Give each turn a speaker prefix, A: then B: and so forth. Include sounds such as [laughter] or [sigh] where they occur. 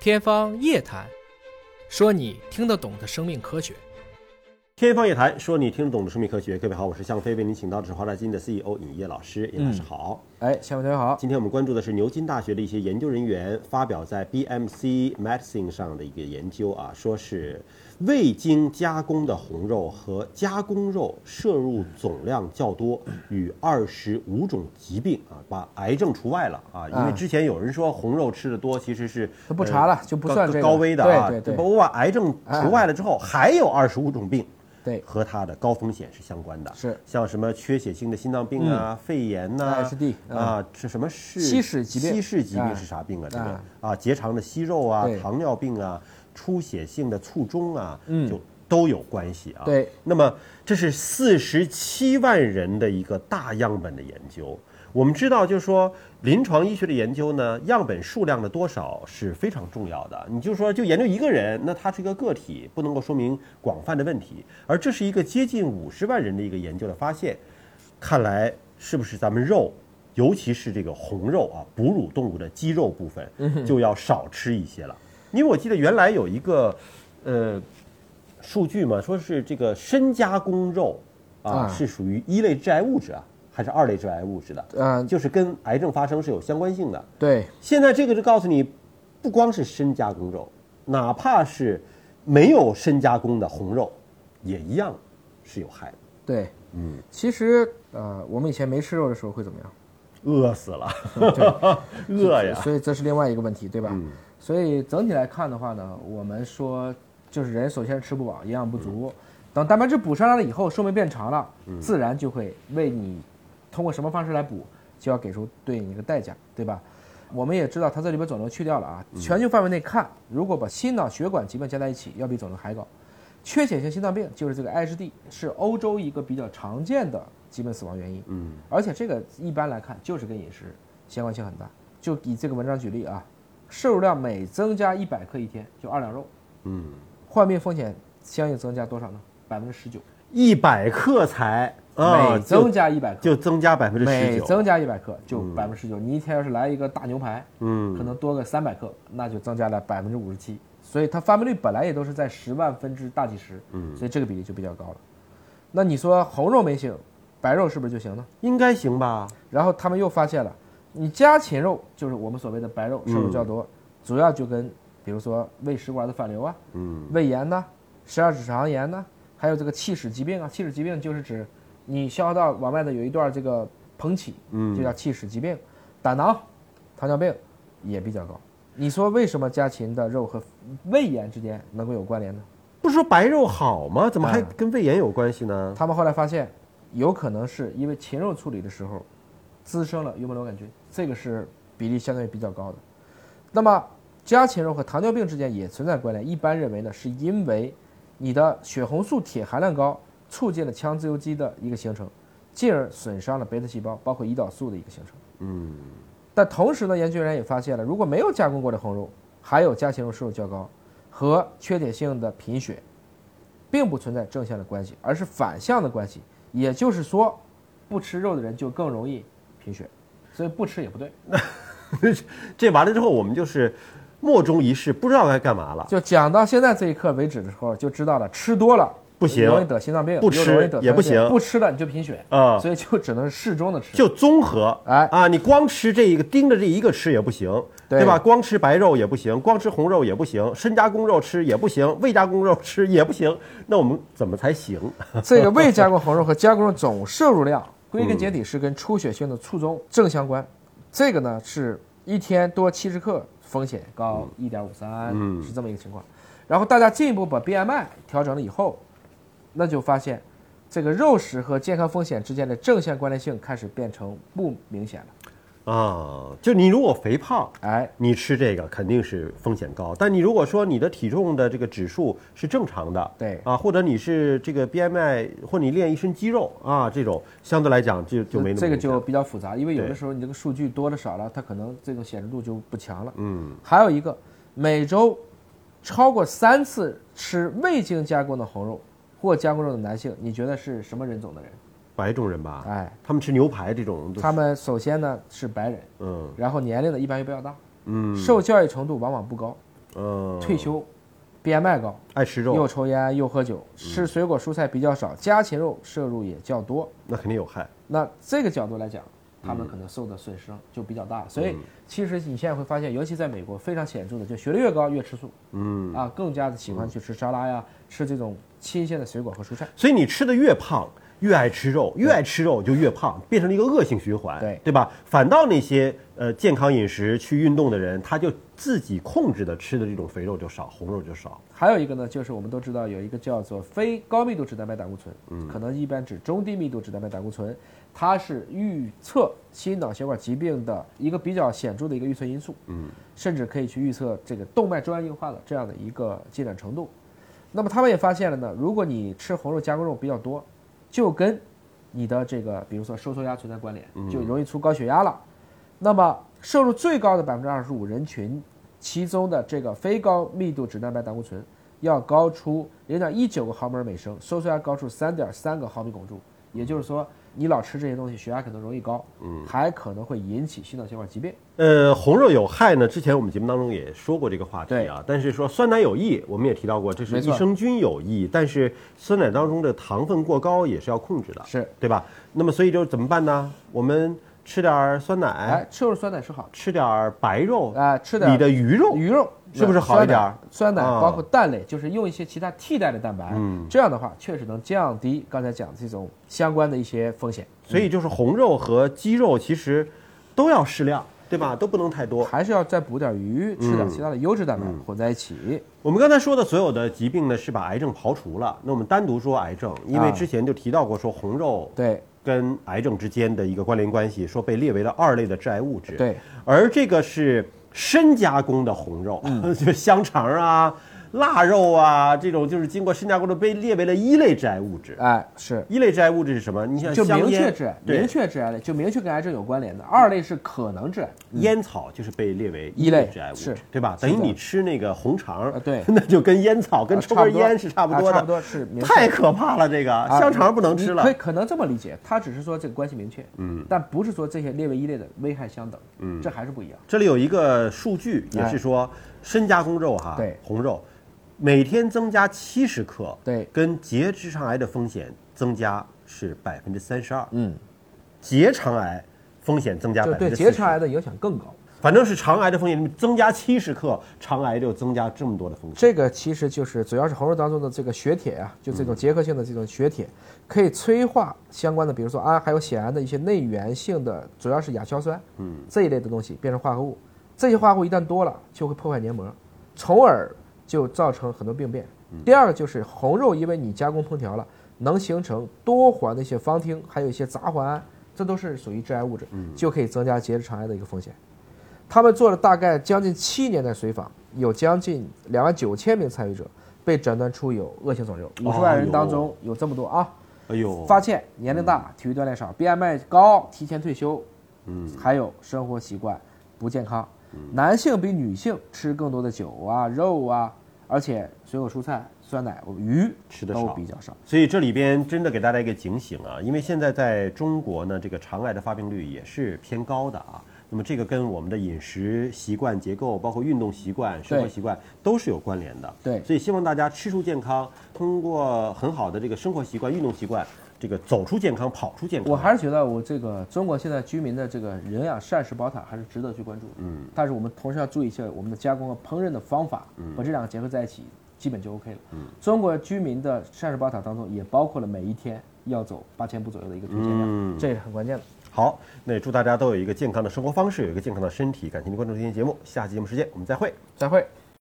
A: 天方夜谭，说你听得懂的生命科学。
B: 天方夜谭，说你听得懂的生命科学。各位好，我是向飞，为您请到的是华大基因的 CEO 尹烨老师。尹老师好。
C: 哎，下面同学好，
B: 今天我们关注的是牛津大学的一些研究人员发表在 BMC Medicine 上的一个研究啊，说是未经加工的红肉和加工肉摄入总量较多，与二十五种疾病啊，把癌症除外了啊，因为
C: 啊
B: 之前有人说红肉吃的多其实是
C: 都不查了就不算
B: 呃高
C: 这个
B: 高危的啊，
C: 对对对
B: 不我把癌症除外了之后，还有二十五种病。
C: 对，
B: 和它的高风险是相关的，
C: 是嗯
B: 像什么缺血性的心脏病啊、肺炎呐、
C: LSD 嗯
B: 啊，是什么是
C: 稀释疾病
B: 稀释疾病
C: 啊
B: 是啥病啊？这个
C: 啊
B: 啊，结肠的息肉啊
C: 对，
B: 糖尿病啊，出血性的卒中啊，
C: 嗯
B: 就都有关系啊。
C: 对，
B: 那么这是四十七万人的一个大样本的研究。我们知道，就是说临床医学的研究呢，样本数量的多少是非常重要的。你就说，就研究一个人，那他是一个个体，不能够说明广泛的问题。而这是一个接近五十万人的一个研究的发现，看来是不是咱们肉，尤其是这个红肉啊，哺乳动物的肌肉部分，就要少吃一些了。因为我记得原来有一个，呃，数据嘛，说是这个深加工肉啊，
C: 啊
B: 是属于一类致癌物质啊，还是二类致癌物质的？
C: 嗯、
B: 啊就是跟癌症发生是有相关性的。
C: 对，
B: 现在这个就告诉你，不光是深加工肉，哪怕是没有深加工的红肉，也一样是有害的。
C: 对，
B: 嗯，
C: 其实呃，我们以前没吃肉的时候会怎么样？
B: 饿死 [laughs] 了，饿呀！
C: 所以这是另外一个问题，对吧？所以整体来看的话呢，我们说就是人首先吃不饱，营养不足，等蛋白质补上来了以后，寿命变长了，自然就会为你通过什么方式来补，就要给出对应的一个代价，对吧？我们也知道，它这里边肿瘤去掉了啊。全球范围内看，如果把心脑血管疾病加在一起，要比肿瘤还高。缺血性心脏病就是这个 ISD，是欧洲一个比较常见的疾病死亡原因。
B: 嗯，
C: 而且这个一般来看就是跟饮食相关性很大。就以这个文章举例啊，摄入量每增加一百克一天，就二两肉，
B: 嗯，
C: 患病风险相应增加多少呢？百分之十九，
B: 一百克才啊，
C: 每增
B: 就
C: 加一百克，
B: 就增加百分之十
C: 每
B: 九，
C: 增加一百克就百分之十九。你一天要是来一个大牛排，
B: 嗯
C: 可能多个三百克，那就增加了百分之五十七。所以它发病率本来也都是在十万分之大几十，嗯，所以这个比例就比较高了。那你说红肉没行，白肉是不是就行呢？
B: 应该行吧？
C: 然后他们又发现了，你家禽肉就是我们所谓的白肉摄入较多，主要就跟比如说胃食管的反流啊，
B: 嗯，
C: 胃炎呐、十二指肠炎呐、还有这个气室疾病啊。气室疾病就是指你消化道往外的有一段这个膨起，就叫气室疾病。胆囊、糖尿病也比较高。你说为什么家禽的肉和胃炎之间能够有关联呢？
B: 不是说白肉好吗？怎么还
C: 啊
B: 跟胃炎有关系呢？
C: 他们后来发现，有可能是因为禽肉处理的时候滋生了幽门螺杆菌，这个是比例相对比较高的。那么家禽肉和糖尿病之间也存在关联，一般认为呢，是因为你的血红素铁含量高，促进了强自由基的一个形成，进而损伤了贝塔细胞，包括胰岛素的一个形成。
B: 嗯，
C: 但同时呢，研究人员也发现了，如果没有加工过的红肉，还有家禽肉摄入较高和缺铁性的贫血，并不存在正向的关系，而是反向的关系。也就是说，不吃肉的人就更容易贫血，所以不吃也不对。
B: 这完了之后，我们就是莫衷一是，不知道该干嘛了。
C: 就讲到现在这一刻为止的时候，就知道了吃多了
B: 不行
C: 容易得心脏病，
B: 不吃
C: 又容易得
B: 也不
C: 糖尿
B: 行
C: 病不吃了你就贫血
B: 啊
C: 所以就只能适中的吃。
B: 就综合，
C: 哎
B: 啊，你光吃这一个盯着这一个吃也不行，
C: 对
B: 吧？光吃白肉也不行，光吃红肉也不行，深加工肉吃也不行，未加工肉吃也不行，那我们怎么才行？
C: 这个未加工红肉和加工肉总摄入量，归根结底是跟出血性的卒中正相关。这个呢是一天多七十克，风险高一点五三，是这么一个情况。然后大家进一步把 BMI 调整了以后，那就发现这个肉食和健康风险之间的正向关联性开始变成不明显了。
B: 啊，就你如果肥胖，
C: 哎，
B: 你吃这个肯定是风险高，但你如果说你的体重的这个指数是正常的，
C: 对
B: 啊，或者你是这个 BMI，或者你练一身肌肉啊，这种相对来讲就就没那么
C: 这个
B: 明显
C: 就比较复杂，因为有的
B: 对
C: 时候你这个数据多了少了，它可能这种显示度就不强了。
B: 嗯
C: 还有一个，每周超过三次吃未经加工的红肉或加工肉的男性，你觉得是什么人种的人？
B: 白种人吧，
C: 哎，
B: 他们吃牛排这种啊都是，
C: 他们首先呢是白人，
B: 嗯
C: 然后年龄呢一般又比较大，
B: 嗯
C: 受教育程度往往不高，
B: 嗯，
C: 退休，BMI 高，
B: 爱吃
C: 又
B: 肉，
C: 抽烟又喝酒，吃水果蔬菜比较少，家禽肉摄入也较多。
B: 那肯定有害。
C: 那这个角度来讲，他们可能受的损失就比较大。所以，其实你现在会发现，尤其在美国，非常显著的，就学历越高越吃素，
B: 嗯，
C: 啊，更加的喜欢去吃沙拉呀，吃这种新鲜的水果和蔬菜。
B: 所以你吃的越胖，越爱吃肉，越爱吃肉就越胖，变成了一个恶性循环，
C: 对
B: 对吧？反倒那些呃健康饮食、去运动的人，他就自己控制的吃的这种肥肉就少，红肉就少。
C: 还有一个呢，就是我们都知道有一个叫做非高密度脂蛋白胆固醇，嗯，可能一般指中低密度脂蛋白胆固醇，它是预测心脑血管疾病的一个比较显著的一个预测因素，嗯，甚至可以去预测这个动脉粥样硬化的这样的一个进展程度。那么他们也发现了呢，如果你吃红肉加工肉比较多，就跟你的这个比如说收缩压存在关联，就容易出高血压了。那么摄入最高的百分之二十五人群，其中的这个非高密度脂蛋白胆固醇要高出零点一九个毫摩尔每升，收缩压高出三点三个毫米汞柱。也就是说，你老吃这些东西，血压可能容易高，嗯，还可能会引起心脑血管疾病。
B: 呃，红肉有害呢，之前我们节目当中也说过这个话题啊。但是说酸奶有益，我们也提到过，这是
C: 没
B: 益
C: 错
B: 生菌有益，但是酸奶当中的糖分过高也是要控制的，
C: 是，
B: 对吧？那么所以就怎么办呢？我们吃点儿酸奶，
C: 哎，吃入酸奶是好，
B: 吃点儿白肉，
C: 啊，吃点
B: 你的鱼肉，
C: 鱼肉
B: 是不是好一点儿
C: 酸奶酸
B: 啊
C: 奶包括蛋类，就是用一些其他替代的蛋白，嗯，这样的话确实能降低刚才讲的这种相关的一些风险。
B: 所以就是红肉和鸡肉其实都要适量，对吧？都不能太多。
C: 还是要再补点鱼，
B: 嗯
C: 吃点其他的优质蛋白混在一起。
B: 我们刚才说的所有的疾病呢，是把癌症刨除了。那我们单独说癌症，因为
C: 啊
B: 之前就提到过，说红肉
C: 对
B: 跟癌症之间的一个关联关系，说被列为了二类的致癌物质。
C: 对，
B: 而这个是深加工的红肉，
C: 嗯
B: [laughs] 就香肠啊、腊肉啊这种，就是经过深加工的，被列为了一类致癌物质。
C: 哎，是
B: 一类致癌物质是什么？你想
C: 就
B: 香
C: 明确
B: 烟
C: 致癌，
B: 对
C: 明确致癌类就明确跟癌症有关联的。二类是可能致癌，
B: 烟草就是被列为
C: 嗯一类
B: 致癌物质
C: 是，
B: 对吧？
C: 是
B: 等于
C: 的
B: 你吃那个红肠
C: 啊，对
B: [laughs]
C: 呃
B: 那就跟烟草跟抽
C: 差不
B: 根
C: 多
B: 烟是差不多
C: 啊差
B: 的，
C: 不多是明确
B: 太可怕了。这个
C: 啊
B: 香肠不能吃
C: 你
B: 了
C: 可以，可能这么理解，他只是说这个关系明确，嗯，但不是说这些列为一类的危害相等，嗯，这还是不一样。
B: 这里有一个数据，也
C: 哎
B: 是说深加工肉哈，
C: 对
B: 红肉每天增加七十克，
C: 对
B: 跟结直肠癌的风险增加是百分之三十二，
C: 嗯，
B: 结肠癌风险增加
C: 就
B: 百分
C: 对
B: 之
C: 结
B: 四十
C: 肠，癌的影响更高。
B: 反正是肠癌的风险增加七十克，肠癌就增加这么多的风险。
C: 这个其实就是主要是红肉当中的这个血铁啊，就这种结合性的这种血铁，可以催化相关的，比如说啊氨还有显氨的一些内源性的，主要是亚硝酸，嗯，这一类的东西变成化合物。这些化合物一旦多了，就会破坏黏膜，从而就造成很多病变。第二个就是红肉，因为你加工烹调了，能形成多环的一些芳烃，还有一些杂环胺，这都是属于致癌物质，就可以增加结直肠癌的一个风险。他们做了大概将近七年的随访，有将近两万九千名参与者被诊断出有恶性肿瘤，五十万人当中有这么多啊！
B: 哎呦，
C: 发现年龄大、体育锻炼少、BMI 高、提前退休，嗯，还有生活习惯不健康，男性比女性吃更多的酒啊、肉啊，而且水果、蔬菜、酸奶、鱼
B: 吃得
C: 都
B: 少嗯
C: 比较少。
B: 所以这里边真的给大家一个警醒啊，因为现在在中国呢，这个肠癌的发病率也是偏高的啊。那么这个跟我们的饮食习惯结构，包括运动习惯、生活习惯都是有关联的。
C: 对
B: 所以希望大家吃出健康，通过很好的这个生活习惯、运动习惯，这个走出健康，跑出健康。
C: 我还是觉得我这个中国现在居民的这个营养膳食宝塔还是值得去关注。嗯，但是我们同时要注意一下我们的加工和烹饪的方法，把这两个结合在一起，基本就 OK 了。嗯，中国居民的膳食宝塔当中也包括了每一天要走八千步左右的一个推荐量，
B: 嗯
C: 这也是很关键的。
B: 好，那也祝大家都有一个健康的生活方式，有一个健康的身体。感谢您关注今天节目，下期节目时间我们再会。
C: 再会。